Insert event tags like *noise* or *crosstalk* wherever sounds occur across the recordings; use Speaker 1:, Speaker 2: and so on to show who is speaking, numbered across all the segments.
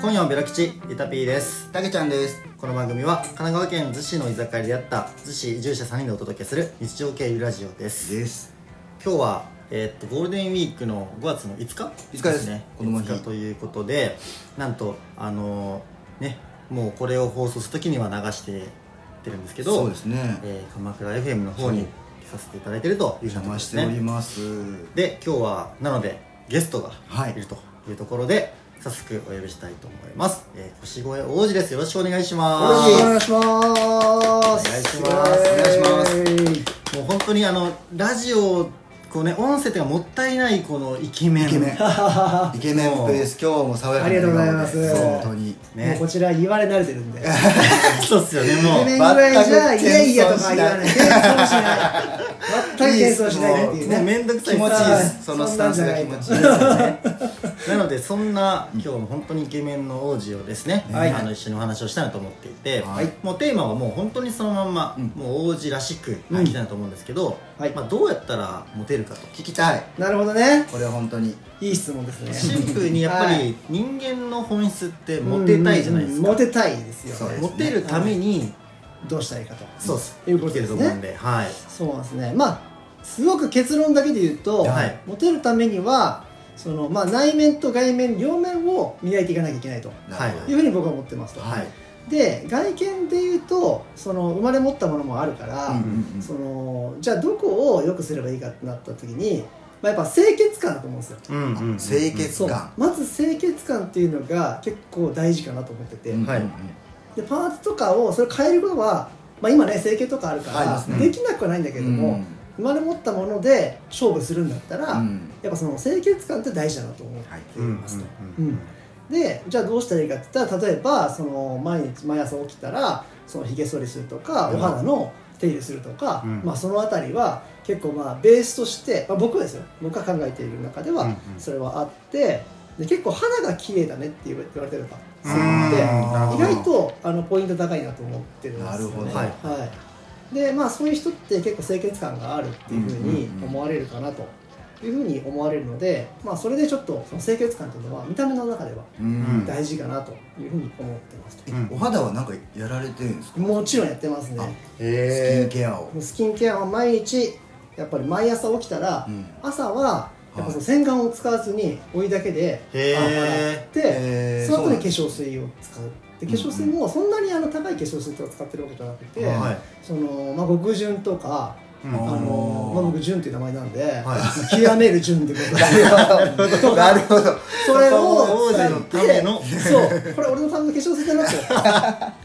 Speaker 1: 今夜もベロ吉ゆたぴーです
Speaker 2: たけちゃんです
Speaker 1: この番組は神奈川県逗子の居酒屋で出会った逗子移住者3人でお届けする日常系ゆるラジオです
Speaker 2: です
Speaker 1: 今日は、えーっとゴールデンウィークの5月の5日
Speaker 2: 5日ですこの前
Speaker 1: 5日ということでなんとあのーねもうこれを放送する時には流してってるんですけど
Speaker 2: そうですね
Speaker 1: えー鎌倉 FM の方に来させていただいてるという
Speaker 2: お
Speaker 1: 感
Speaker 2: 邪
Speaker 1: じで
Speaker 2: 魔し
Speaker 1: す
Speaker 2: ており
Speaker 1: ね
Speaker 2: ます
Speaker 1: で今日はなのでゲストが
Speaker 2: はい
Speaker 1: いるというところで、早速お呼びしたいと思います、えー、腰越王子ですよろしくお願いします
Speaker 2: お願いします
Speaker 1: お願いします
Speaker 2: お願いします
Speaker 1: もう本当にあのラジオこうね音声っていうかもったいないこのイケメン
Speaker 2: イケメン *laughs* イケメンっぷりです今日も爽やかな
Speaker 3: ありがとうござい
Speaker 2: 笑顔で
Speaker 3: ます
Speaker 2: 本当に
Speaker 3: もう
Speaker 1: ね
Speaker 3: こちら言われ慣れて
Speaker 1: *laughs*
Speaker 3: るんで。
Speaker 1: そうっすよねも
Speaker 3: 去
Speaker 1: う
Speaker 3: 年ぐら
Speaker 2: 全
Speaker 3: いじゃ、
Speaker 2: く
Speaker 3: いやいやとか言わない。
Speaker 2: 謙遜
Speaker 3: 謙遜しない。全く謙遜しないっていう
Speaker 1: もう
Speaker 3: ね。
Speaker 1: 面倒くさい
Speaker 2: 気持ちいい
Speaker 1: さ
Speaker 2: で
Speaker 1: あ
Speaker 2: すそのスタンスが気持ちいいです *laughs*
Speaker 1: なのでそんな今日も本当にイケメンの王子をですね、
Speaker 2: はい
Speaker 1: あの一緒にお話をしたいなと思っていて、
Speaker 2: はい
Speaker 1: もうテーマはもう本当にそのまんま、
Speaker 2: うん
Speaker 1: もう王子らしく聞きたいなと思うんですけど、
Speaker 3: はい
Speaker 1: まあ、どうやったらモテるかと
Speaker 2: 聞きたい
Speaker 3: なるほどね。
Speaker 2: これは本当に
Speaker 3: いい質問ですね。
Speaker 1: シンプルにやっぱ
Speaker 3: は
Speaker 1: り人間の本質ってモテたいじゃないですか、
Speaker 3: うんモテたいです
Speaker 2: そう
Speaker 3: よ
Speaker 2: で
Speaker 3: ね。
Speaker 2: す
Speaker 1: モテるために、
Speaker 3: どうしたらいいかと。
Speaker 1: そうです
Speaker 3: いうこと
Speaker 1: 生きて
Speaker 3: で
Speaker 1: る
Speaker 3: す
Speaker 1: と
Speaker 3: ね
Speaker 1: 思うんではい
Speaker 3: そうなんですね。まあ、すごく結論だけで言うと
Speaker 1: はい、
Speaker 3: モテるためには、そのまあ内面と外面両面を磨いていかなきゃいけないと
Speaker 1: はい
Speaker 2: なるほ
Speaker 3: いうふうに僕は思ってますと。
Speaker 1: はい
Speaker 3: で、外見で言うと、その生まれ持ったものもあるか
Speaker 2: どうん
Speaker 3: ら、
Speaker 2: うんうん
Speaker 3: そのじゃあどこを良くすればいいかってなった時に、まあ、やっぱ清潔感だと思うんですよ
Speaker 1: うんうんうん
Speaker 2: 清潔
Speaker 3: そう
Speaker 2: 感
Speaker 3: まず清潔感っていうのが結構大事かなと思ってて、
Speaker 2: うんうんうん
Speaker 1: はい
Speaker 3: でパーツとかをそれ変えることは、まあ、今ね整形とかあるか
Speaker 2: あり
Speaker 3: ら
Speaker 2: ますね
Speaker 3: できなくはないんだけれども、生まれ持ったもので勝負するんだったら、
Speaker 2: う
Speaker 3: や
Speaker 2: ん
Speaker 3: っぱその清潔感って大事だなと思う
Speaker 2: はい
Speaker 1: うんうんうん
Speaker 3: うんでじゃあどうしたらいいかって言ったら例えばその毎日毎朝起きたらそのひげ剃りするとか
Speaker 2: うん
Speaker 3: お肌の手入れするとか、
Speaker 1: うん
Speaker 3: まあ、そのあたりは結構まあベースとして、まあ、僕はですよ僕が考えている中で
Speaker 1: うんう
Speaker 3: は
Speaker 1: ん
Speaker 3: それはあってで結構肌が綺麗だねって言わ言われてるとか
Speaker 1: う
Speaker 3: そ
Speaker 1: ん
Speaker 3: ういう
Speaker 1: なるほ
Speaker 3: のっ
Speaker 1: ど
Speaker 3: て意外とあのポイント高いなと思ってるんですよね。
Speaker 1: なる
Speaker 3: はいでまあ、そういう人って結構清潔感があるっていうふうに思われるかなというふうに思われるので、まあ、それでちょっとその清潔感というのは見た目の中では
Speaker 2: うん
Speaker 3: 大事かなというふうに思ってますと、
Speaker 1: うん
Speaker 2: お肌はなんかやられてるんですか
Speaker 3: もちろんやってますね
Speaker 2: あスキン
Speaker 1: へ
Speaker 2: ケアを
Speaker 3: スキンケアは毎日やっぱり毎朝起きたら、
Speaker 2: うん
Speaker 3: 朝はやっぱその洗顔を使わずにお湯だけで
Speaker 1: えへえ
Speaker 3: で、
Speaker 2: えー
Speaker 3: その後
Speaker 2: う
Speaker 3: に化
Speaker 2: なん
Speaker 3: 粧水を使うで化粧水もそんなにあの高い化粧水とか使ってるわけじゃなくて、
Speaker 2: うんうん
Speaker 1: はい
Speaker 3: そのまあ、極潤とか、
Speaker 1: うん
Speaker 3: あ
Speaker 2: ー
Speaker 3: のまあ、僕潤っていう名前なんで、
Speaker 1: は
Speaker 3: 極める潤でございます
Speaker 2: だ *laughs* なるほど
Speaker 3: それ
Speaker 1: 王
Speaker 3: を
Speaker 1: 子
Speaker 3: 使
Speaker 1: の
Speaker 3: った
Speaker 1: め
Speaker 3: て
Speaker 1: の
Speaker 3: そうこれ俺のための化粧水だなと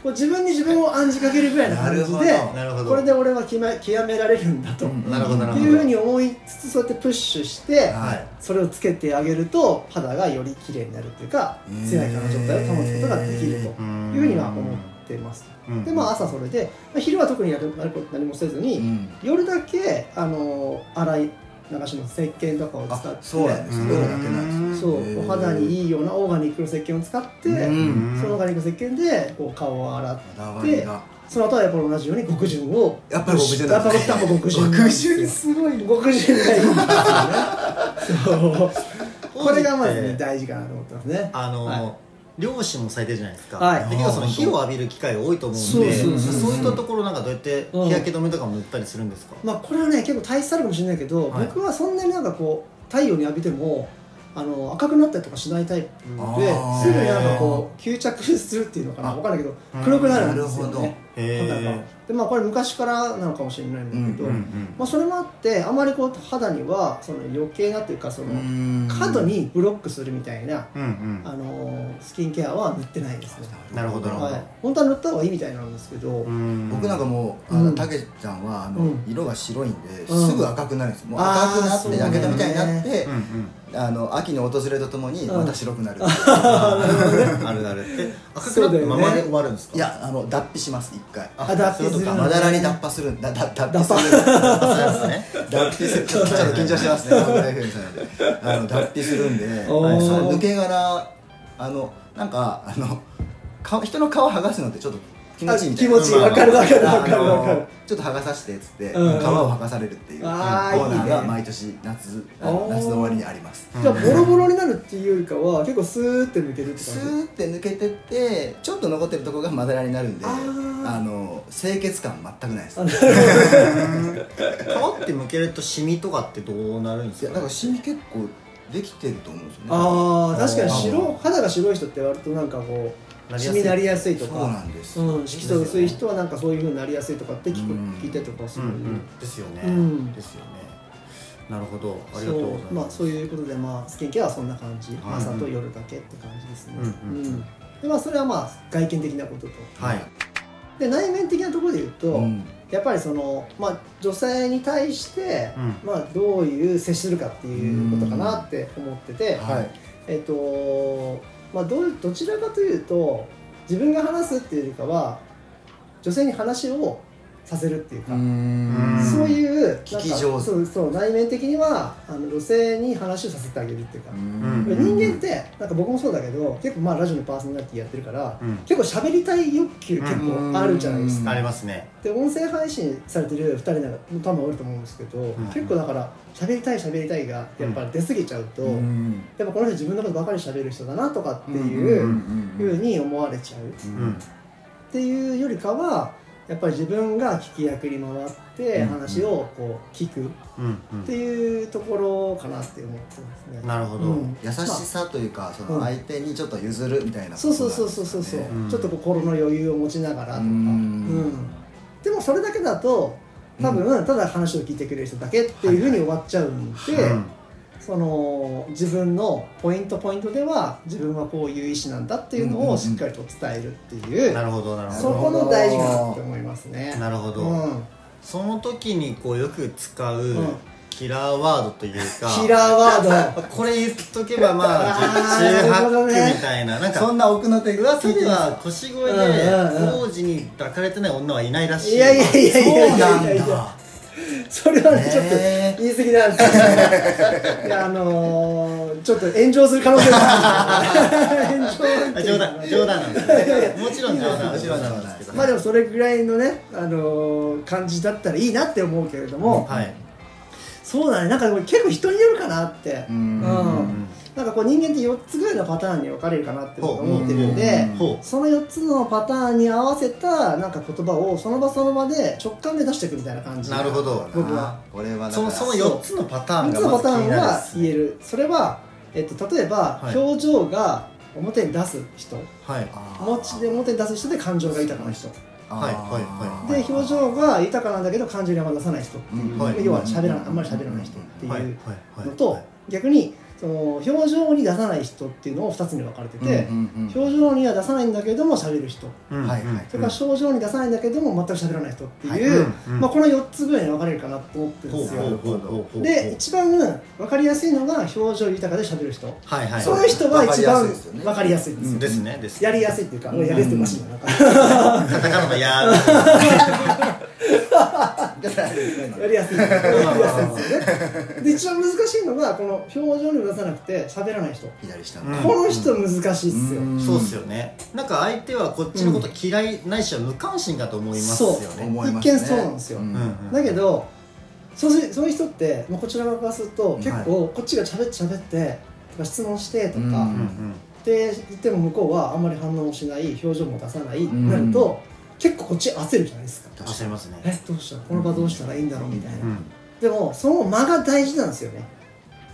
Speaker 2: *laughs*
Speaker 3: こう自分に自分を暗示かけるぐらいの感じ
Speaker 2: なる
Speaker 3: で
Speaker 2: ほ
Speaker 1: いなるほど
Speaker 3: これで俺は極め極められるんだと、
Speaker 2: うん
Speaker 1: なるほどなる
Speaker 3: っ
Speaker 1: ほ
Speaker 3: て
Speaker 1: ど
Speaker 3: いうふうに思いつつそうやってプッシュして
Speaker 2: は
Speaker 1: はい
Speaker 3: それをつけてあげると肌がより綺麗になるというか
Speaker 2: へー
Speaker 3: 艶やかな状態を保つことができるという
Speaker 1: うん
Speaker 3: ふうには思ってます
Speaker 1: うん
Speaker 3: でまあ朝それで、まあ、昼は特にやるやること何もせずに、
Speaker 2: うん
Speaker 3: 夜だけあの洗い流しの石鹸とかを使っ
Speaker 2: あ
Speaker 3: て
Speaker 2: そうなんですね
Speaker 1: うん
Speaker 2: 夜だけなんですね
Speaker 3: そうお肌にいいようなオーガニックの石鹸を使って、
Speaker 2: うん
Speaker 3: そのオーガニックの石鹸でこう顔を洗って
Speaker 2: こだわりが
Speaker 3: その後はやっぱり同じように極潤を
Speaker 2: やっぱり極潤
Speaker 3: や
Speaker 2: な
Speaker 3: っ
Speaker 2: ん
Speaker 3: ぱ
Speaker 2: で
Speaker 3: り
Speaker 2: すね
Speaker 3: 極潤
Speaker 2: 極潤
Speaker 3: すごい極潤がいいんですよねそうこれがまずね大事かなと思ってますね
Speaker 1: あの、
Speaker 3: は
Speaker 1: 漁師もされてるじゃないですか、
Speaker 3: はい
Speaker 1: だけどその火を浴びる機会が多いと思うんで
Speaker 3: そうそうそう
Speaker 1: そういったところなんかどうやって
Speaker 3: うん
Speaker 1: 日焼け止めとかも塗ったりするんですか、
Speaker 3: まあこれはね結構体質あるかもしれないけど、
Speaker 1: はい
Speaker 3: 僕はそんなになんかこう太陽に浴びてもあの赤くなったりとかしないタイプ
Speaker 2: あ
Speaker 3: で
Speaker 2: ー
Speaker 3: すぐになんかこう吸着するっていうのかな
Speaker 2: あ
Speaker 3: 分かんないけど黒くなるんですよ
Speaker 2: なるほど
Speaker 3: ね
Speaker 1: へ
Speaker 3: 肌が
Speaker 1: え
Speaker 3: でまあこれ昔からなのかもしれないんだけ
Speaker 1: う
Speaker 3: ど、
Speaker 1: んう
Speaker 2: ま
Speaker 1: ん
Speaker 3: まあ、それもあってあまりこう肌にはその余計なというかその
Speaker 2: うん
Speaker 3: 過度にブロックするみたいな、
Speaker 1: うんうん
Speaker 3: あのースキンケアは塗ってないですね、
Speaker 1: なるほどなるほど
Speaker 3: はい、本当は塗った方がいいみたいなんですけど、
Speaker 1: うん
Speaker 2: 僕なんかもうあ
Speaker 3: う
Speaker 2: の
Speaker 3: ん
Speaker 2: たけちゃんはあ
Speaker 3: う
Speaker 2: の
Speaker 3: ん
Speaker 2: 色が白いんで
Speaker 3: うん
Speaker 2: すぐ赤くなるんですもう
Speaker 3: あー
Speaker 2: 赤くなって焼けたみたいになっ
Speaker 3: そう
Speaker 2: て
Speaker 1: うんうん
Speaker 2: あの秋の訪れとともに
Speaker 3: うん
Speaker 2: また白くなる
Speaker 1: あるあるえ赤くなったままで終わるんですか
Speaker 2: いやあの脱皮します一回
Speaker 3: あ脱皮するんだ
Speaker 2: まだらに脱皮するだだ脱皮する
Speaker 1: そうですね
Speaker 2: 脱皮するちょっと緊張してますねこの FM さんであの脱皮するんで
Speaker 3: お
Speaker 2: はい
Speaker 3: ー
Speaker 2: その抜け殻あのなんかあの顔人の皮剥がすのってちょっと気持ちいいみたいな
Speaker 3: あ気持ちいい
Speaker 2: うん
Speaker 3: わかるわかるわかる
Speaker 2: あの
Speaker 3: わかる
Speaker 2: ちょっと剥がさせてっつって皮
Speaker 3: うん
Speaker 2: を剥がされるっていうコー
Speaker 3: あーいいね
Speaker 2: ナーが毎年夏あの
Speaker 3: おー
Speaker 2: 夏の終わりにあります
Speaker 3: じゃあボロボロになるっていうよりかは結構スーって抜けるって
Speaker 2: ス
Speaker 3: 感
Speaker 2: ーって抜けてってちょっと残ってるとこがまだらになるんで
Speaker 3: あー
Speaker 2: あの清潔感全くないです
Speaker 3: じあなる
Speaker 1: 皮って剥けるとシミとかってどうなるんで
Speaker 2: い
Speaker 1: す
Speaker 2: やだ
Speaker 1: か
Speaker 2: からシミ結構できてると思うんですよね
Speaker 3: ほどあー確かに
Speaker 1: あ
Speaker 3: 白肌が白い人って割となんかこうシミなりやすいと
Speaker 2: そう
Speaker 3: か
Speaker 2: なんです、
Speaker 3: うん、色素薄い人はなんかそういうふうになりやすいとかって聞く、
Speaker 2: うん
Speaker 3: 聞いたりとかす
Speaker 1: うん
Speaker 3: る、
Speaker 1: うんですよね、
Speaker 3: うん
Speaker 1: ですよねなるほどありがと
Speaker 3: そ
Speaker 1: う
Speaker 3: う
Speaker 1: ござい
Speaker 3: まあ
Speaker 1: ます
Speaker 3: そういうことでまあスキンケアはそんな感じ、
Speaker 2: はい
Speaker 3: 朝と夜だけって感じですね、
Speaker 1: うんうん
Speaker 3: でまあそれはまあ外見的なことと
Speaker 1: はい
Speaker 3: で内面的なところで言うと、
Speaker 2: うん
Speaker 3: やっぱりその、まあ、女性に対して、
Speaker 1: うん
Speaker 3: まあ、どういう接するかっていうことかなって思ってて、
Speaker 2: はい
Speaker 3: えっとまあ、どうどちらかというと自分が話すっていうよりかは女性に話をさせるっていうか、
Speaker 1: うん
Speaker 3: そういうなんか
Speaker 2: 聞き上手
Speaker 3: そうそう内面的にはあの女性に話をさせてあげるっていうか、
Speaker 1: うん
Speaker 3: 人間ってなんか僕もそうだけど結構まあラジオのパーソナリティやってるから
Speaker 1: うん
Speaker 3: 結構喋りたい欲求結構あるじゃないですか。
Speaker 2: うん
Speaker 1: ありますね
Speaker 3: で音声配信されてる2人なら多分おると思うんですけど、
Speaker 1: ん
Speaker 3: 結構だから喋りたい喋りたいがやっぱり出過ぎちゃうと、
Speaker 2: う
Speaker 3: やっ
Speaker 2: ん
Speaker 3: ぱこの人自分のことばかり喋る人だなとかって
Speaker 1: うん
Speaker 3: いう
Speaker 2: うん
Speaker 3: ふうに思われちゃうっ
Speaker 2: う
Speaker 1: うんん
Speaker 3: ていうよりかはやっぱり自分が聞き役に回って
Speaker 2: うん
Speaker 3: 話をこう聞くっ
Speaker 1: うん
Speaker 3: ていうところかなって思ってますね。
Speaker 1: うんなるほど、
Speaker 3: うん
Speaker 2: 優しさというかその相手にちょっと譲るみたいなこと
Speaker 3: そうそうそうそうそうそう、
Speaker 1: うん
Speaker 3: ちょっと心の余裕を持ちながらとか、うん
Speaker 2: ん
Speaker 3: でもそれだけだと多分ただ話を聞いてくれる人だけっていうふうに終わっちゃうんで、
Speaker 1: うん
Speaker 3: その自分のポイントポイントでは自分はこういう意思なんだっていうのをしっかりと伝えるっていう、
Speaker 1: なるほどなるほ
Speaker 3: そ
Speaker 1: ど
Speaker 3: この大事かなって思いますね。
Speaker 1: なるほど、
Speaker 3: うん、
Speaker 1: その時にこうよく使う
Speaker 3: うん
Speaker 1: キラーワードというか、
Speaker 3: キラーワード
Speaker 1: これ言っとけばまあ
Speaker 3: あー
Speaker 1: 18
Speaker 3: なるほどね
Speaker 1: みたいななん
Speaker 2: そ
Speaker 1: か
Speaker 2: んな奥の手
Speaker 1: 噂
Speaker 2: 聞い
Speaker 1: で
Speaker 2: て
Speaker 1: は腰越え
Speaker 3: うん
Speaker 1: で
Speaker 3: うんうん
Speaker 1: 王子に抱かれてない女はいないらしい
Speaker 3: いやいやいやいやい
Speaker 2: なん
Speaker 3: やいや
Speaker 2: だ
Speaker 3: それはねちょっと
Speaker 2: ね
Speaker 3: 言い過ぎなんですけどいやあのー、ちょっと炎上する可能性もあるんですよ炎上
Speaker 1: あ
Speaker 3: ってい
Speaker 1: 冗
Speaker 3: うか
Speaker 1: 談冗談なんですねもちろん冗談
Speaker 2: もちろん冗談
Speaker 1: なんですけど
Speaker 3: まあでもそれぐらいのね、あのー感じだったらいいなって思うけれども、
Speaker 1: はい
Speaker 3: そうだねなんかでも結構人によるかなって、
Speaker 2: うん
Speaker 3: うんなんかこう人間って4つぐらいのパターンに分かれるかなって僕は思ってるん
Speaker 2: ほう
Speaker 3: で
Speaker 2: うん、
Speaker 1: ほ
Speaker 3: その4つのパターンに合わせたなんか言葉をその場その場で直感で出していくみたいな感
Speaker 1: う
Speaker 3: じ
Speaker 1: なるほど
Speaker 3: 僕は
Speaker 2: これはだ
Speaker 1: そ
Speaker 2: か
Speaker 1: の
Speaker 2: ら
Speaker 1: その4つのパターン
Speaker 3: 3
Speaker 1: が
Speaker 3: つの
Speaker 1: まず
Speaker 3: パター
Speaker 1: 気
Speaker 3: ン
Speaker 1: になる
Speaker 3: は言えるそれは、えっと、例えば、
Speaker 1: はい
Speaker 3: 表情が表に出す人
Speaker 1: はい
Speaker 2: あー
Speaker 3: 持ちで表に出す人で感情が豊かな人
Speaker 1: はいはい
Speaker 2: あー
Speaker 3: で表情が豊かなんだけど感情にあんま出さない人っていう、
Speaker 1: うんはい
Speaker 3: 要は喋らないあんまり喋らない人っていう
Speaker 1: はいはいはい
Speaker 3: のと、逆にその表情に出さない人っていうのを2つに分かれてて、
Speaker 2: うんうんうん
Speaker 3: 表情には出さないんだけども喋る人
Speaker 1: うん
Speaker 2: はいはい
Speaker 3: それから症状に出さないんだけども全く喋らない人って
Speaker 2: はい
Speaker 3: いう、
Speaker 1: うんうん
Speaker 3: まあ、この4つぐらいに分かれるかなと思ってるんですよ。
Speaker 2: ほうほう
Speaker 3: で一番分かりやすいのが表情豊かで喋る人、
Speaker 1: はいはい
Speaker 3: その人が一番分
Speaker 2: わ
Speaker 3: か
Speaker 2: か
Speaker 3: り
Speaker 2: り
Speaker 3: や
Speaker 2: や
Speaker 3: すいんですよ。
Speaker 1: ですねです
Speaker 3: や
Speaker 1: *laughs*
Speaker 3: りやすいっていうか、
Speaker 2: うん
Speaker 3: やりやすいっておかしいななんか
Speaker 1: カタカナのや
Speaker 2: だから
Speaker 3: やりやすい。やりやすいんですよね。で、一番難しいのが、この表情に出さなくて、喋らない人。こ
Speaker 2: 左下
Speaker 1: うん
Speaker 3: の人難しいっすよ。
Speaker 1: そうっすよねなんか相手はこっちのこと嫌いないしは無関心かと思いますよね
Speaker 2: 思いますね
Speaker 3: 一見そうなんですよ
Speaker 2: うん
Speaker 1: うん
Speaker 3: だけど、そうすそういう人って、まあ、こちら側からすると、
Speaker 2: い
Speaker 3: 結構、こっちが喋って喋って、とか質問してとか、
Speaker 2: うん
Speaker 1: うんうん
Speaker 3: って言っても向こうはあんまり反応もしない、表情も出さない、
Speaker 2: ん
Speaker 3: なると、結構こっち焦るじゃないですか。
Speaker 1: 焦りますね
Speaker 3: え、どうしたこの場どうしたらいいんだろうみたいな。
Speaker 1: うん
Speaker 3: でも、その間が大事なんですよね。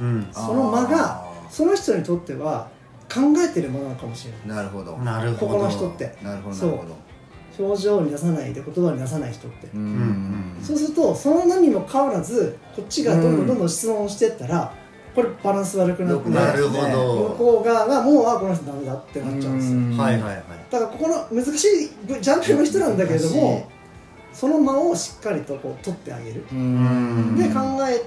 Speaker 1: うん
Speaker 2: あー
Speaker 3: その間がその人にとっては考えてるものなのかもしれない
Speaker 2: なるほどな
Speaker 1: なるほ
Speaker 3: こ
Speaker 1: ど
Speaker 3: この人って
Speaker 2: るほどな
Speaker 3: そう
Speaker 2: るほど
Speaker 3: 表情に出さないで言葉に出さない人って、
Speaker 2: うん
Speaker 1: ん
Speaker 3: そうするとその何も変わらずこっちがどんどんどんどん質問をしてったら、これバランス悪くなっ
Speaker 2: よ
Speaker 3: て
Speaker 2: く
Speaker 3: 向
Speaker 1: な
Speaker 2: ない
Speaker 1: るほど
Speaker 3: こう側がもうあこの人ダメだってなっちゃうんですよ
Speaker 1: はいはいはい
Speaker 3: だからここの難しいぶジャンルの人なんだけれどもその間をしっかりとこう取ってあげる、
Speaker 2: う
Speaker 1: うん
Speaker 2: ん
Speaker 3: で考え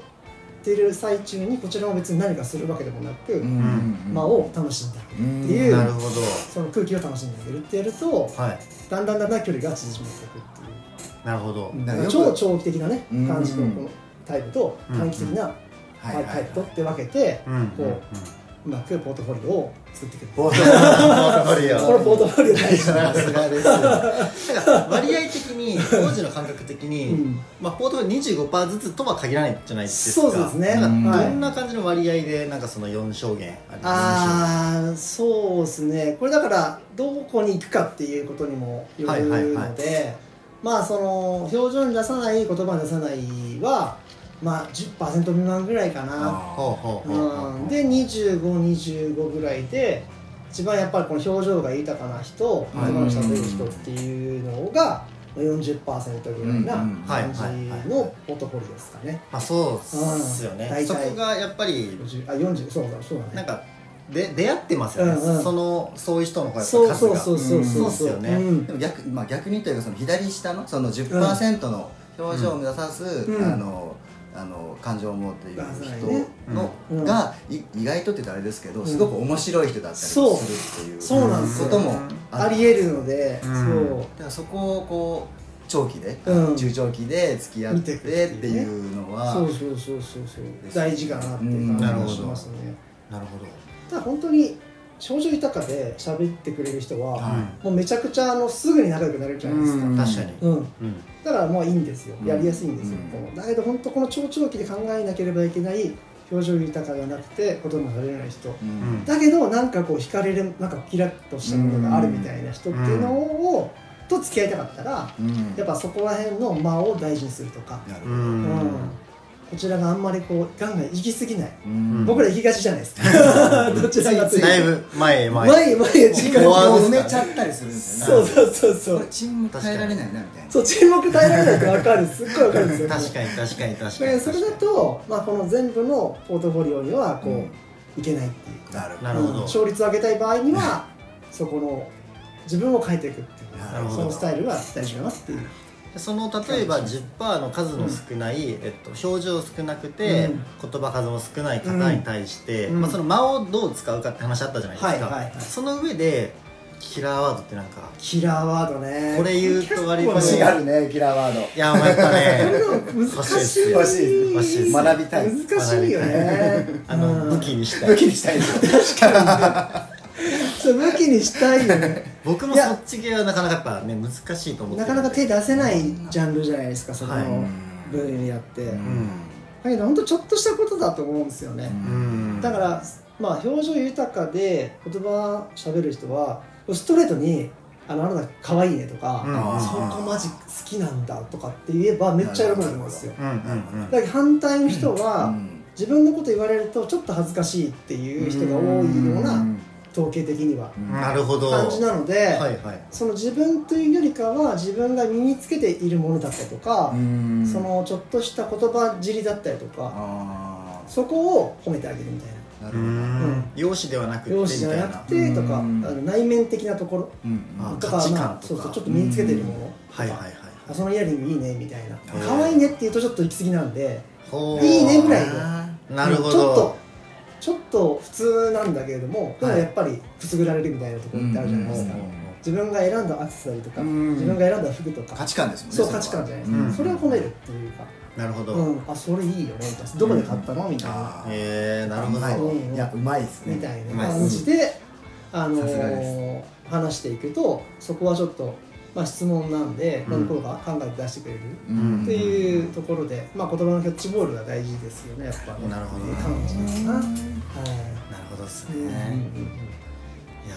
Speaker 3: てる最中にこちらは別に何かするわけでもなく、
Speaker 2: うん
Speaker 3: 間を楽しんだ
Speaker 2: うん
Speaker 3: っていう
Speaker 1: なるほ
Speaker 3: その空気を楽しんであげるってやると
Speaker 1: どはい
Speaker 3: だんだんだんだん距離が縮まっていくって
Speaker 1: なるほど
Speaker 3: いう、
Speaker 2: だからよく
Speaker 3: 超長期的なね
Speaker 2: うん
Speaker 3: 感じのこのタイプと短期的な
Speaker 2: はいはい
Speaker 3: タイプとって分けて
Speaker 1: *laughs* うんうんうん
Speaker 3: こうまくポートフォリオを作っていくる
Speaker 2: ポートフォリオ
Speaker 3: これポートフォリオ大事
Speaker 2: *laughs* *laughs* さすがですよ
Speaker 1: だから割合的に
Speaker 3: *laughs*
Speaker 1: 当時の感覚的に、
Speaker 3: うん
Speaker 1: まあ、ポートフォリオ25%ずつとは限らないじゃないですか
Speaker 3: そうですね
Speaker 1: な
Speaker 2: うんん
Speaker 1: か
Speaker 3: はい
Speaker 1: どんな感じの割合でなんかその4証言ありま
Speaker 3: ああそうですねこれだからどこに行くかっていうことにもよるので、
Speaker 1: はいはいはい
Speaker 3: まあその表情に出さない言葉に出さないはまあ10%未満ぐらいかな
Speaker 1: すほうほうほうほ
Speaker 3: うん、で2525ぐらいで一番やっぱりこの表情が豊かな人言葉のしゃべる人っていうのが40%ぐらいな
Speaker 2: うん
Speaker 1: はい
Speaker 3: 感じのポートフォリオですかね。
Speaker 1: まあそうっすよ
Speaker 3: う
Speaker 1: ね
Speaker 3: ん大体
Speaker 1: そこがやっぱり
Speaker 3: 50あ40そうだそうだね。
Speaker 1: なんかで出会ってますよね、
Speaker 3: うんうん
Speaker 1: そのそういう人の声
Speaker 3: そ
Speaker 1: 数
Speaker 3: う
Speaker 1: が
Speaker 3: そうそうそう
Speaker 1: そ
Speaker 3: そう
Speaker 1: っ
Speaker 3: う
Speaker 1: すよね
Speaker 3: うん
Speaker 2: でも逆,、まあ、逆にというかその左下のその10%の表情を目指す、
Speaker 3: うん
Speaker 2: あのあの感情を持っている人の、
Speaker 3: うん
Speaker 2: がい意外とって言ったらあれですけど、
Speaker 3: うん
Speaker 2: すごく面白い人だったりする
Speaker 3: そう
Speaker 2: っていう
Speaker 3: そうなんです
Speaker 2: こ
Speaker 3: よ
Speaker 2: とも
Speaker 3: あり
Speaker 2: え
Speaker 3: えるので、
Speaker 1: うん
Speaker 3: そう
Speaker 2: だからそこをこう長期で、
Speaker 3: うん
Speaker 2: 中長期で付き合ってっていうのは
Speaker 3: そうそうそうそうそう大事かなっていう
Speaker 1: なる
Speaker 3: 感
Speaker 1: ほ
Speaker 3: じ
Speaker 1: ど
Speaker 3: がしますね。
Speaker 1: なるほど、
Speaker 3: ただ本当に症状豊かで喋ってくれる人は、
Speaker 2: はい
Speaker 3: もうめちゃくちゃあのすぐに仲良くなれるじゃないですか。
Speaker 2: うん
Speaker 1: 確かに、
Speaker 3: うん
Speaker 1: うん
Speaker 3: だからもういいんですよ。やりやすいんですよ。
Speaker 2: うん
Speaker 3: こうだけど本当この長長期で考えなければいけない表情豊かじゃなくて言葉が喋れない人。
Speaker 2: うん
Speaker 3: だけどなんかこう惹かれるなんかキラッとしたものがあるみたいな人っていうのを、と付き合いたかったら
Speaker 2: うん
Speaker 3: やっぱそこら辺の間を大事にするとか、
Speaker 2: なるほ
Speaker 1: う
Speaker 2: ど
Speaker 1: ん
Speaker 3: うんこちらがあんまりこうガンガン行き過ぎない、
Speaker 2: うん
Speaker 3: 僕ら行きがちじゃないで
Speaker 1: *laughs*
Speaker 3: すかどちらが
Speaker 1: だいぶ前へ前へ
Speaker 3: 前へ前へ時間
Speaker 1: フォワー
Speaker 2: も
Speaker 1: ド
Speaker 2: う
Speaker 1: で
Speaker 2: 埋
Speaker 1: すか
Speaker 2: めちゃったりするんですよ
Speaker 3: そう
Speaker 2: ね
Speaker 3: そうそうそ
Speaker 2: これ
Speaker 3: う
Speaker 2: 沈黙耐えられないなみたいな
Speaker 3: そう沈黙耐えられないって分かるすっごい分かるんですよ
Speaker 1: 確かに確かに確
Speaker 3: だ
Speaker 1: か
Speaker 3: から
Speaker 1: に
Speaker 3: それだと、まあ、この全部のポートフォリオにはこう、
Speaker 2: うん
Speaker 3: いけないっていう
Speaker 2: なるほ
Speaker 1: なるほど
Speaker 3: うん勝率を上げたい場合にはそこの自分を変えていくっていう
Speaker 1: なるほど
Speaker 3: そのスタイルが大事かなっていう
Speaker 1: その例えば10%の数の少ない、えっと、表情少なくて、
Speaker 3: うん
Speaker 1: 言葉数も少ない方に対して、
Speaker 3: うん
Speaker 1: まあ、その間をどう使うかって話あったじゃないですか、
Speaker 3: はいはいはい
Speaker 1: その上でキラーワードってなんか
Speaker 3: キラーワードね
Speaker 1: これ言うと割と
Speaker 3: 結構
Speaker 2: 欲
Speaker 3: ね
Speaker 2: しがるねキラーワード
Speaker 1: いやまあやっぱね
Speaker 3: 難しい
Speaker 1: 欲
Speaker 2: しい
Speaker 1: 欲しいです
Speaker 2: 学びたい
Speaker 3: 難しいよね
Speaker 1: あの
Speaker 3: *laughs* うん
Speaker 1: 武器にした
Speaker 2: 武
Speaker 1: い
Speaker 2: 器にしたいですよ
Speaker 3: そう武器にしたいよね
Speaker 1: 僕も
Speaker 3: いや
Speaker 1: そっち系はなかなかやっぱね難しいと思って
Speaker 3: な
Speaker 1: る
Speaker 3: かなか手出せないジャンルじゃないですかそこ
Speaker 1: はい
Speaker 3: の分野って、
Speaker 2: う
Speaker 3: だ
Speaker 2: ん
Speaker 3: けど本当ちょっとしたことだと思うんですよね、
Speaker 1: うん
Speaker 3: だからまあ表情豊かで言葉喋る人はストレートに「あのあなた可愛いね」とか、
Speaker 1: うん
Speaker 3: そこマジ好きなんだ」とかって言えばめっちゃ喜ぶと思うんですよ
Speaker 1: うんうんうん
Speaker 3: だけど反対の人は、
Speaker 2: うん
Speaker 3: 自分のこと言われるとちょっと恥ずかしいっていう人が多いよう
Speaker 2: う
Speaker 3: なん統計的には
Speaker 1: なるほど
Speaker 3: 感じなので、
Speaker 1: はいはい
Speaker 3: その自分というよりかは自分が身につけているものだったりとか、
Speaker 2: うん
Speaker 3: そのちょっとした言葉尻だったりとか、
Speaker 2: あ
Speaker 3: そこを褒めてあげるみたいな
Speaker 1: う
Speaker 2: あなるほど
Speaker 1: ん容姿ではなくて
Speaker 3: 容
Speaker 1: み
Speaker 3: 姿
Speaker 1: た
Speaker 3: じ
Speaker 1: い
Speaker 3: ゃな
Speaker 1: な
Speaker 3: くてとか、
Speaker 2: うん
Speaker 3: あの内面的なところ
Speaker 2: うん
Speaker 1: あ
Speaker 3: とか
Speaker 1: 価値観
Speaker 3: ま
Speaker 1: と
Speaker 3: あ、
Speaker 1: か
Speaker 3: そうそうちょっと身につけているものとか、
Speaker 1: はいはいはい
Speaker 3: あそのイヤリングいいねみたいな
Speaker 1: うん
Speaker 3: 可愛いねって言うとちょっと行き過ぎなんで
Speaker 1: ほう
Speaker 3: いいねぐらい
Speaker 1: なるほ
Speaker 3: ちょっと
Speaker 1: ど
Speaker 3: ちょっと普通なんだけれども、でもやっぱりくすぐられるみたいなところってあるじゃないですか、
Speaker 2: うん
Speaker 3: 自分が選んだアクセサリーとか、
Speaker 2: うん
Speaker 3: 自分が選んだ服とか
Speaker 2: 価値観ですもんね
Speaker 3: そ
Speaker 2: れ
Speaker 3: う価
Speaker 2: は
Speaker 3: 値観じゃないです
Speaker 1: ね
Speaker 3: か、
Speaker 1: うん
Speaker 3: それを褒めるっていうか、
Speaker 1: なるほど、
Speaker 3: うん、あそれいいよねみたいなどこで買ったの、みたいな
Speaker 2: あー
Speaker 1: えー、なるほど、
Speaker 2: うま
Speaker 3: うん
Speaker 2: いいやうまいですね
Speaker 3: みたいう
Speaker 1: ま
Speaker 3: な
Speaker 1: いっす
Speaker 3: 感じで、あの
Speaker 2: さすが
Speaker 3: ー話していくとそこはちょっと、まあ、質問なんで
Speaker 1: うん
Speaker 3: 何個か考えて出してくれる
Speaker 2: うん
Speaker 3: っていうところで、まあ、言葉のキャッチボールが大事ですよねやっぱね
Speaker 1: なるほど
Speaker 3: っていう感じかな、はい
Speaker 1: なるほどです
Speaker 3: うんうん
Speaker 1: ね、いや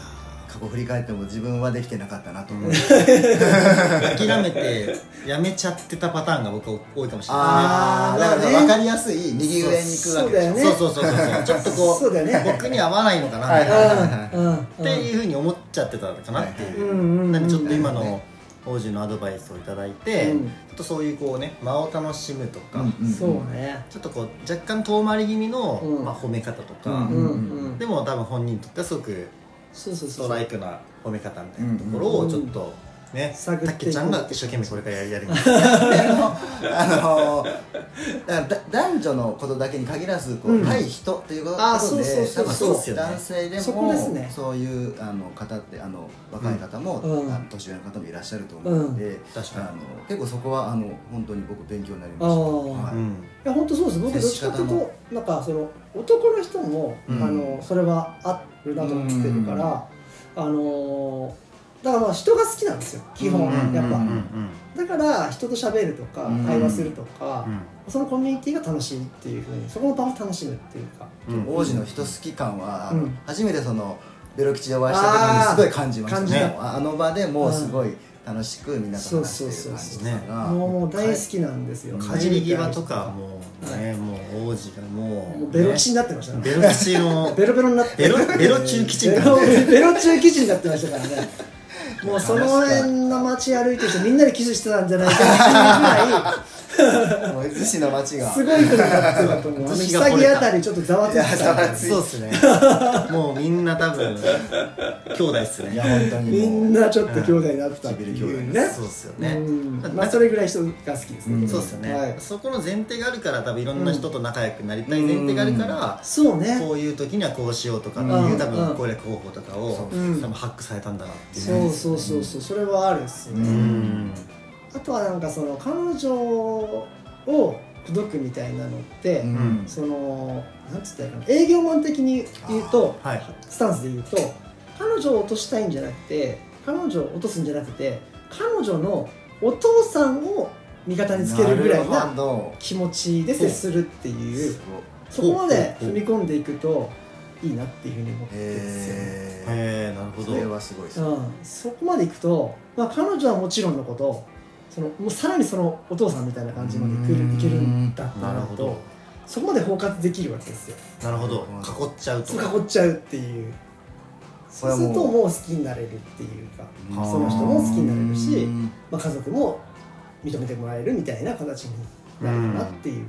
Speaker 2: 過去振り返っても自分はできてなかったなと
Speaker 3: *laughs*
Speaker 2: 思う
Speaker 1: ー諦めてやめちゃってたパターンが僕は多いかもしれな
Speaker 2: あ
Speaker 3: あー
Speaker 2: あだから
Speaker 3: まあね
Speaker 2: 分かりやすい右上に行くわけでし
Speaker 1: い
Speaker 2: ょ
Speaker 1: ねそうそうそう *laughs* そうちょっとこう
Speaker 3: そうだよね
Speaker 1: 僕に合わないのかな
Speaker 2: はい
Speaker 1: みたいなっ
Speaker 2: はい
Speaker 3: うんうん
Speaker 1: ていうふうに思っちゃってたのかなっていう、
Speaker 3: うんうんうん
Speaker 1: なんでちょっと今
Speaker 2: うん
Speaker 1: の王子のアドバイスをいただいて、
Speaker 3: うん
Speaker 1: ちょっとそういうこうね間を楽しむとか、
Speaker 2: うんん
Speaker 3: そうね
Speaker 1: ちょっとこう若干遠回り気味の、
Speaker 3: うん
Speaker 1: まあ、褒め方とか、
Speaker 3: う
Speaker 2: うんん
Speaker 3: うん
Speaker 1: でも多分本人にとってはすごく
Speaker 3: そうそう
Speaker 1: ス
Speaker 3: そ
Speaker 1: ト
Speaker 3: う
Speaker 1: ライクな褒め方みたいなところをちょっとね、
Speaker 3: 探っていこう
Speaker 1: たけちゃんが一生懸命これからやりやります
Speaker 2: あのだだ男女のことだけに限らずこう、
Speaker 3: うん
Speaker 2: 対人っていうこと
Speaker 3: あー
Speaker 2: こと
Speaker 3: そうそうそう
Speaker 2: 多分
Speaker 1: そうですよね
Speaker 2: 男性でも
Speaker 3: そこですね
Speaker 2: そういうあの方ってあの若い方も、
Speaker 3: うん
Speaker 2: あの年上の方もいらっしゃると思うので、
Speaker 1: 確
Speaker 2: あ
Speaker 1: か
Speaker 2: の結構そこはあの本当に僕勉強になりま
Speaker 3: あ
Speaker 2: した。
Speaker 3: ー
Speaker 2: はい
Speaker 1: に、うん
Speaker 3: いや本本当そうです僕どっちかっていう
Speaker 2: 接し
Speaker 3: となんかその男の人も、
Speaker 2: うん
Speaker 3: あのそれはあるなと思ってるから、あのーだからまあ人が好きなんですよ基本、
Speaker 2: うんうんうんうん
Speaker 3: やっ
Speaker 1: うん
Speaker 3: ぱだから人と喋るとか
Speaker 2: うん
Speaker 3: 会話するとか
Speaker 1: う、ん
Speaker 3: そのコミュニティが楽しいっていうふうにそこの場を楽しむっていうか
Speaker 1: うん
Speaker 2: 王子の人好き感は、
Speaker 3: うん
Speaker 2: 初めてそのベロ吉でお会いした時にすごい感じました
Speaker 3: あー
Speaker 2: ね
Speaker 3: 感じた
Speaker 2: もうあの場でもうすごい楽しくみんなと話してる感じだから
Speaker 3: もう大好きなんですよ
Speaker 1: 帰り際とかもうね、もう王子がもう、
Speaker 3: もうベロ吉になってました
Speaker 1: ね
Speaker 3: ね
Speaker 1: ベロ吉の
Speaker 3: ベロベロになって
Speaker 1: ベロベロ中基地に
Speaker 3: ベ
Speaker 1: なっ
Speaker 3: ロ
Speaker 1: て
Speaker 3: ベロ中基地になってましたからねもうその辺の街歩いてる人みんなでキスしてたんじゃないかって *laughs*
Speaker 2: もう逗子の街が
Speaker 3: いうぐらいすごいことになってたと思うあの
Speaker 1: 私が惚れた
Speaker 3: 潔あたりちょっとざわついて
Speaker 2: いやざわ
Speaker 3: た
Speaker 2: ついて
Speaker 1: そうっすねもうみんな多分兄弟っす
Speaker 2: いや
Speaker 1: ね
Speaker 2: 本当に
Speaker 3: み
Speaker 2: もうん
Speaker 3: なちょっと兄弟になってたって
Speaker 2: うん
Speaker 3: い
Speaker 2: 唇
Speaker 3: う
Speaker 2: 兄
Speaker 3: ね
Speaker 1: そうっすよね、
Speaker 3: うん
Speaker 1: だって
Speaker 3: まあそれぐらい人が好きです
Speaker 2: う
Speaker 3: ね
Speaker 2: ん
Speaker 1: そうっすよね、
Speaker 3: はい
Speaker 1: そこの前提があるから多分いろんな人と仲良くなりたい前提があるから、
Speaker 3: そうね
Speaker 1: こういう時にはこうしようとかって
Speaker 3: う
Speaker 1: い
Speaker 3: ん
Speaker 1: う多分攻略方法とかを
Speaker 2: う
Speaker 1: 多
Speaker 3: ん
Speaker 1: 分ハックされたんだなっていう
Speaker 3: そうそうそうそうそれはあるっす
Speaker 2: う
Speaker 1: う
Speaker 3: ね
Speaker 1: ん
Speaker 3: あとはなんかその彼女を口説くみたいなのって、
Speaker 2: うん
Speaker 3: そのなんつったらいいかな営業マン的に言うと、
Speaker 1: あーはい
Speaker 3: スタンスで言うと彼女を落としたいんじゃなくて彼女を落とすんじゃなくて彼女のお父さんを味方につけるぐらい
Speaker 2: なる
Speaker 3: な
Speaker 2: ほど
Speaker 3: 気持ちで接するっていうそ
Speaker 1: ほう
Speaker 3: こまで
Speaker 1: ほう
Speaker 3: 踏み込んでいくといいなっていうふうに思ってるんですよね。
Speaker 2: へえ
Speaker 1: へえなるほ
Speaker 2: そ
Speaker 1: ど
Speaker 2: れはすごいです
Speaker 3: うん、そこまでいくと、まあ、彼女はもちろんのことそのもうさらにそのお父さんみたいな感じまで来
Speaker 2: う
Speaker 3: る
Speaker 2: ん
Speaker 3: いけるんだった
Speaker 1: なる
Speaker 3: ら
Speaker 1: ほ
Speaker 3: と
Speaker 1: ど
Speaker 3: そこまで包括できるわけですよ
Speaker 1: なるほど囲っちゃうと
Speaker 3: そう囲っちゃうっていう
Speaker 2: こ
Speaker 3: そ
Speaker 2: れ
Speaker 3: う
Speaker 2: は
Speaker 3: す
Speaker 2: もう
Speaker 3: るともう好きになれるっていうか、
Speaker 2: うん
Speaker 3: その人も好きになれるし
Speaker 2: う、ん
Speaker 3: まあ、家族も認めてもらえるみたいな形になるかなっていう、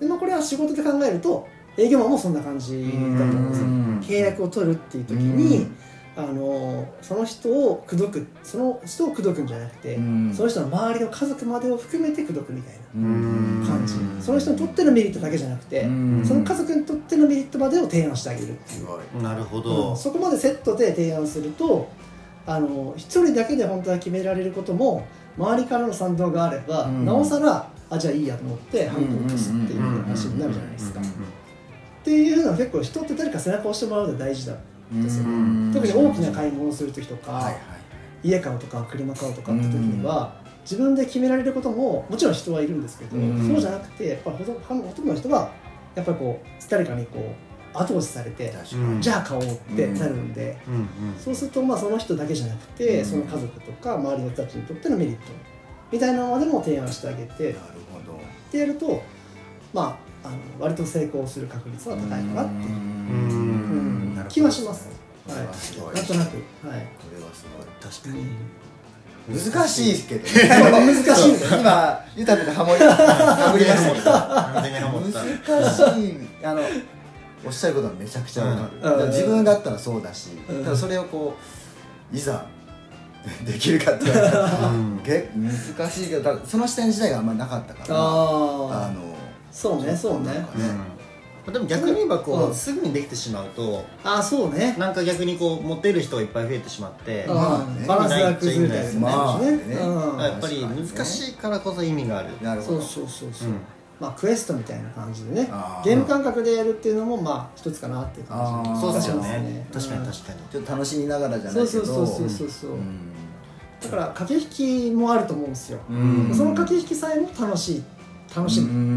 Speaker 3: でまあ、これは仕事で考えると営業マンもそんな感じだと思うんですよ
Speaker 2: うん
Speaker 3: 契約を取るっていう時に、
Speaker 2: うん
Speaker 3: あのその人を口説くその人を口説くんじゃなくて、
Speaker 2: うん
Speaker 3: その人の周りの家族までを含めて口説くみたい
Speaker 2: うん
Speaker 3: な感じ、
Speaker 1: うん
Speaker 3: その人にとってのメリットだけじゃなくて、
Speaker 2: うん
Speaker 3: その家族にとってのメリットまでを提案してあげるってい
Speaker 2: す
Speaker 3: う、
Speaker 2: ごい
Speaker 1: なるほ
Speaker 3: う
Speaker 1: ど
Speaker 3: んそこまでセットで提案するとあの一人だけで本当は決められることも周りからの賛同があれば、
Speaker 2: うん
Speaker 3: なおさらあじゃあいいやと思ってハンコを押すっていう話になるじゃないですか。
Speaker 1: うんうんうん
Speaker 3: っていうのは結構人って誰か背中を押してもらうのが大事だですよ
Speaker 2: うん
Speaker 3: 特に大きな買い物をする時とか、
Speaker 2: はいはい
Speaker 3: 家買うとか車買うとかって時には、自分で決められることももちろん人はいるんですけど、
Speaker 2: うん
Speaker 3: そうじゃなくてやっぱりほとんどほとんどの人はやっぱりこう誰かにこう後押しされて、
Speaker 2: 確かに
Speaker 3: じゃあ買おうってなるんで、
Speaker 1: うんうん
Speaker 3: そうするとまあその人だけじゃなくて、
Speaker 2: うん
Speaker 3: その家族とか周りの人たちにとってのメリットみたいなのまでも提案してあげて
Speaker 2: なるほど
Speaker 3: ってやるとまああの割と成功する確率は高いかなって
Speaker 1: うん
Speaker 3: いううん
Speaker 2: なるほど
Speaker 3: 気はします
Speaker 2: これはすごい
Speaker 3: なんとなく、はい、
Speaker 2: これはす
Speaker 1: 確か
Speaker 3: う
Speaker 1: に
Speaker 3: ん
Speaker 2: ごい難しいですけど
Speaker 3: 難しい
Speaker 2: そう今ゆたくんハモりハモりましたけど
Speaker 1: 完全にハモった
Speaker 2: 難しいあのおっしゃることはめちゃくちゃわかる、
Speaker 3: ん
Speaker 2: だから自分だったらそうだし、
Speaker 3: うん
Speaker 2: ただそれをこういざできるかって言われた
Speaker 3: *laughs*
Speaker 2: ら
Speaker 1: うん
Speaker 2: げ難しいけどだからその視点自体があんまりなかったから
Speaker 3: あ
Speaker 2: あ
Speaker 3: あ
Speaker 2: の
Speaker 3: そうねそうね
Speaker 1: うんでも逆に言えばこう、
Speaker 3: うん
Speaker 1: すぐにできてしまうと
Speaker 3: ああそうね
Speaker 1: なんか逆にこうモテる人がいっぱい増えてしまって、
Speaker 3: う
Speaker 1: だ
Speaker 3: ん
Speaker 1: か
Speaker 2: まあね
Speaker 3: バランスが崩れたりとかね
Speaker 2: まあ
Speaker 3: うん
Speaker 1: らやっぱり難しいからこそ意味がある、
Speaker 2: なるほ
Speaker 3: そ
Speaker 2: ど
Speaker 3: うそうそうそううんまあクエストみたいな感じでね
Speaker 2: あー
Speaker 3: ゲーム感覚でやるっていうのもまあ一つかなっていう感じ
Speaker 2: あー
Speaker 1: そうですよ
Speaker 3: そうです
Speaker 1: ね
Speaker 3: ね
Speaker 1: 確かに確かに、
Speaker 2: ちょっと楽しみながらじゃな
Speaker 3: そ
Speaker 2: いうけ
Speaker 3: そ
Speaker 2: ど
Speaker 3: うそうそうそうそう
Speaker 2: うん
Speaker 3: だから駆け引きもあると思うんですよ
Speaker 2: うん
Speaker 3: その駆け引きさえも楽しい楽し
Speaker 2: う
Speaker 3: む
Speaker 1: うんうん
Speaker 2: ん
Speaker 1: う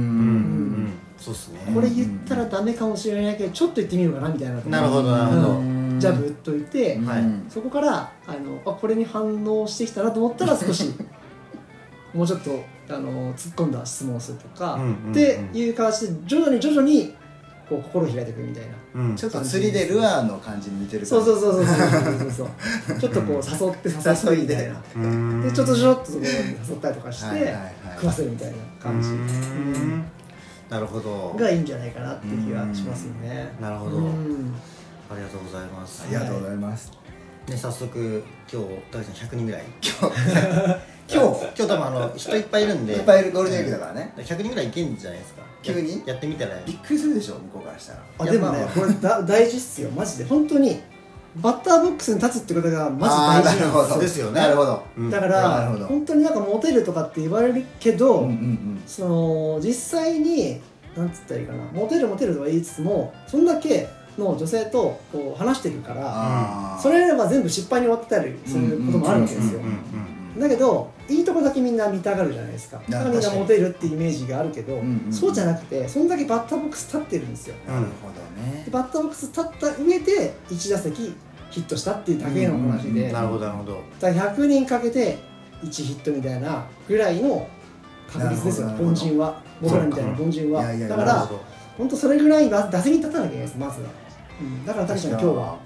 Speaker 1: んそうっすね
Speaker 3: これ言ったらダメかもしれないけどちょっと言ってみようかなみたいな
Speaker 1: なるほどなるほど
Speaker 2: うん
Speaker 3: ジャブ打っといて、
Speaker 2: うん
Speaker 1: はい
Speaker 3: そこからあのあこれに反応してきたなと思ったら少しもうちょっとあの突っ込んだ質問をするとか、
Speaker 1: うんうんうん
Speaker 3: っていう形で徐々に徐々にこう心を開いていくみたいな
Speaker 1: うん
Speaker 2: ちょっと釣りでルアーの感じに似てる
Speaker 3: そう
Speaker 2: 感じ
Speaker 3: そうそうそうそうそうそうそうちょっとこう誘って誘ってみたいな
Speaker 1: うん
Speaker 3: でちょっとちょっとそこに誘ったりとかして、
Speaker 2: はいはいはい
Speaker 3: 食わせるみたいな感じ
Speaker 1: うんなるほど
Speaker 3: がいいんじゃないかなっていう気がしますよね。
Speaker 1: なるほど、
Speaker 3: うん
Speaker 1: ありがとうございます
Speaker 2: ありがとうございます、
Speaker 1: ね早速今日大地さん100人ぐらい
Speaker 2: 今日
Speaker 1: 今日多分あの人いっぱいいるんで
Speaker 2: いっぱいいるゴールデンウィークだからね、
Speaker 1: 100人ぐらいいけんじゃないですか
Speaker 2: 急に
Speaker 1: やってみたら
Speaker 2: びっくりするでしょ向こうからしたら
Speaker 3: あでも
Speaker 1: い
Speaker 3: ね
Speaker 1: やまあ
Speaker 3: これだ大事っすよマジで本当にバッターボックスに立つってことがマジ大事
Speaker 2: あーなるほど
Speaker 1: ですよね
Speaker 2: なるほど
Speaker 1: うん
Speaker 3: だか
Speaker 2: なる
Speaker 3: ら
Speaker 2: ほど
Speaker 3: 本当になんかモテるとかって言われるけど、
Speaker 2: うんうん
Speaker 3: その実際になんつったらいいかなモテるモテるとは言いつつもそんだけの女性とこう話してるから
Speaker 2: あー
Speaker 3: それやれば全部失敗に終わってたりすることもあるわけですよ
Speaker 1: うんうんうん
Speaker 3: だけどいいとこだけみんな見たがるじゃないですか
Speaker 2: いや
Speaker 3: だからみんな
Speaker 2: 確かに
Speaker 3: モテるってイメージがあるけど、
Speaker 2: んん
Speaker 3: そうじゃなくてそんだけバッターボックス立ってるんですよ
Speaker 2: なるほどね
Speaker 3: でバッターボックス立った上で1打席ヒットしたっていうだけの話で、
Speaker 2: うんうんうん
Speaker 1: なるほどなるほど
Speaker 3: だから100人かけて1ヒットみたいなぐらいの確率ですよ
Speaker 2: なるほど
Speaker 3: 凡人は
Speaker 1: そう
Speaker 3: 僕
Speaker 1: から
Speaker 3: みたいな凡人はい
Speaker 2: やいや
Speaker 3: だか
Speaker 1: なる
Speaker 3: ら
Speaker 1: ほど
Speaker 3: 本当それぐらいは打席に立たなきゃいけないですまずは、うん、だから確かに今日は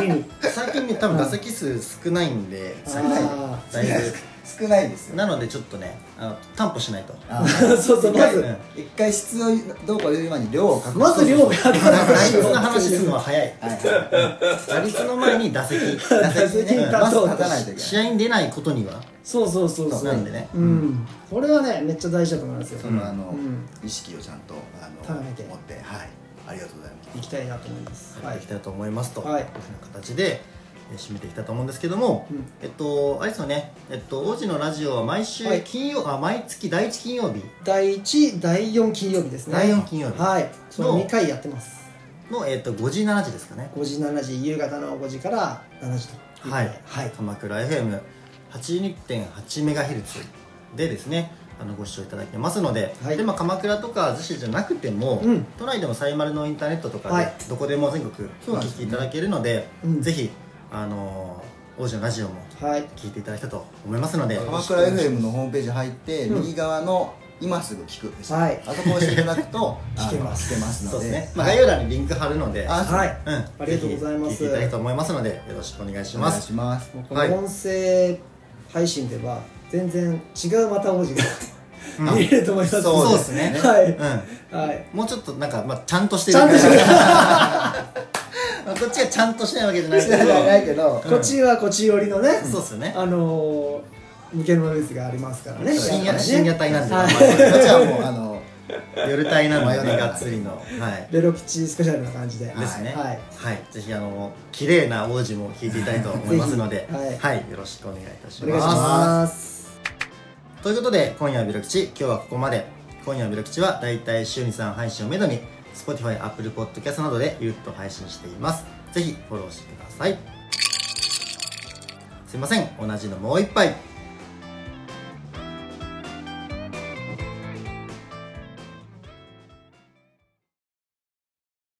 Speaker 3: 帰り
Speaker 2: *laughs*
Speaker 3: に
Speaker 1: 最近ね多分打席数少ないんで
Speaker 2: 少ない
Speaker 3: あ
Speaker 1: だいぶ
Speaker 2: 少ないですよ
Speaker 1: なのでちょっとねあの担保しないと
Speaker 2: あ
Speaker 3: ー
Speaker 2: ー
Speaker 3: そうそうまず
Speaker 2: 一回質をどうこう言う前に量を確
Speaker 3: まず量が上がら
Speaker 1: 打
Speaker 3: ない
Speaker 1: 率の話するのは早い
Speaker 2: はい
Speaker 1: 打率の前に打席打
Speaker 3: 打席に立
Speaker 2: まず
Speaker 3: とう
Speaker 2: 立たないといけ
Speaker 1: 試合に出ないことには
Speaker 3: そうそうそうそ
Speaker 1: な
Speaker 3: うん
Speaker 1: でね
Speaker 3: うんこれはねめっちゃ大事だと思いますよ
Speaker 2: そのあの、
Speaker 3: うん
Speaker 2: 意識をちゃんとあの
Speaker 3: 高めて
Speaker 2: 持ってはいありがとうございます
Speaker 3: 行きたいなと思います
Speaker 1: や
Speaker 3: は
Speaker 1: っ
Speaker 3: い
Speaker 1: ていきたいと思いますという
Speaker 3: はい
Speaker 1: 形でえー締めていきたいと思うんですけども
Speaker 3: うん
Speaker 1: えっとあれですよねえっと王子のラジオは毎週
Speaker 3: はい
Speaker 1: 金曜あ毎月第一金曜日
Speaker 3: 第1第4金曜日ですね
Speaker 1: 第4金曜日
Speaker 3: はいその
Speaker 1: の
Speaker 3: 2回やってます
Speaker 1: のえっと5時7時ですかね
Speaker 3: 5時7時夕方の5時から7時とうことで
Speaker 1: はい
Speaker 3: はい
Speaker 1: 鎌倉 FM82.8 メガヘルツでですねあのご視聴いただけますので,、
Speaker 3: はい
Speaker 1: でまあ、鎌倉とか逗子じゃなくても、
Speaker 3: うん
Speaker 1: 都内でもサイマルのインターネットとかで、
Speaker 3: はい
Speaker 1: どこでも全国
Speaker 2: そう
Speaker 1: お
Speaker 2: なん
Speaker 1: 聞
Speaker 2: です
Speaker 1: き
Speaker 2: よ
Speaker 1: い
Speaker 2: ね
Speaker 1: ただけるので、
Speaker 3: うん
Speaker 1: ぜひあのー王子のラジオも
Speaker 3: はい
Speaker 1: 聞いていただきたいと思いますので、
Speaker 2: 鎌倉 FM のホームページ入って、
Speaker 3: うん
Speaker 2: 右側の「今すぐ聞く」です、
Speaker 3: はい
Speaker 2: あそこをしていただくと
Speaker 3: 聞けます
Speaker 2: あの聞けますので
Speaker 1: そうですね、まあ、概要欄にリンク貼るので、
Speaker 2: あ
Speaker 3: はいい
Speaker 1: うん、
Speaker 3: ありがとうございます
Speaker 1: ぜひ聞いていただきたいと思いますのでよろしくお願いし
Speaker 2: お願
Speaker 1: ま
Speaker 2: い
Speaker 1: す
Speaker 2: します
Speaker 3: もうこ
Speaker 1: はい
Speaker 3: の音声配信では全然違うまた王子が見れると思います
Speaker 1: そうですね
Speaker 3: はい
Speaker 1: うん、
Speaker 3: はい
Speaker 1: もうちょっとなんか、まあ、ちゃんとして
Speaker 3: ちゃんとしてる
Speaker 1: まあ *laughs* こっちがちゃんとしてないわけじゃない
Speaker 2: し
Speaker 1: け
Speaker 2: て *laughs*
Speaker 1: ど
Speaker 2: ないけど
Speaker 3: こっちはこっち寄りのね
Speaker 1: そうっすよね
Speaker 3: あのー抜けのですがありますからね
Speaker 1: 深
Speaker 3: や
Speaker 1: 夜
Speaker 3: っぱりね
Speaker 1: 深夜帯なんで、
Speaker 3: はい
Speaker 2: こっちはもうあの
Speaker 1: 夜帯なんでねがっつりのはい
Speaker 3: ベロ吉スペシャルな感じで
Speaker 2: い
Speaker 1: ですね
Speaker 3: はいはい
Speaker 1: ぜひあの綺麗な王子も聞いていただきたいと思いますので
Speaker 3: ぜひ *laughs* はい
Speaker 1: よろしくお願いいたし
Speaker 3: お
Speaker 1: ます
Speaker 3: 願いします
Speaker 1: ということで今夜はビロ吉今日はここまで今夜はビロ吉はだいたい週に3配信をめどに Spotify、Apple Podcast などでゆるっと配信していますぜひフォローしてくださいすいません同じのもう一杯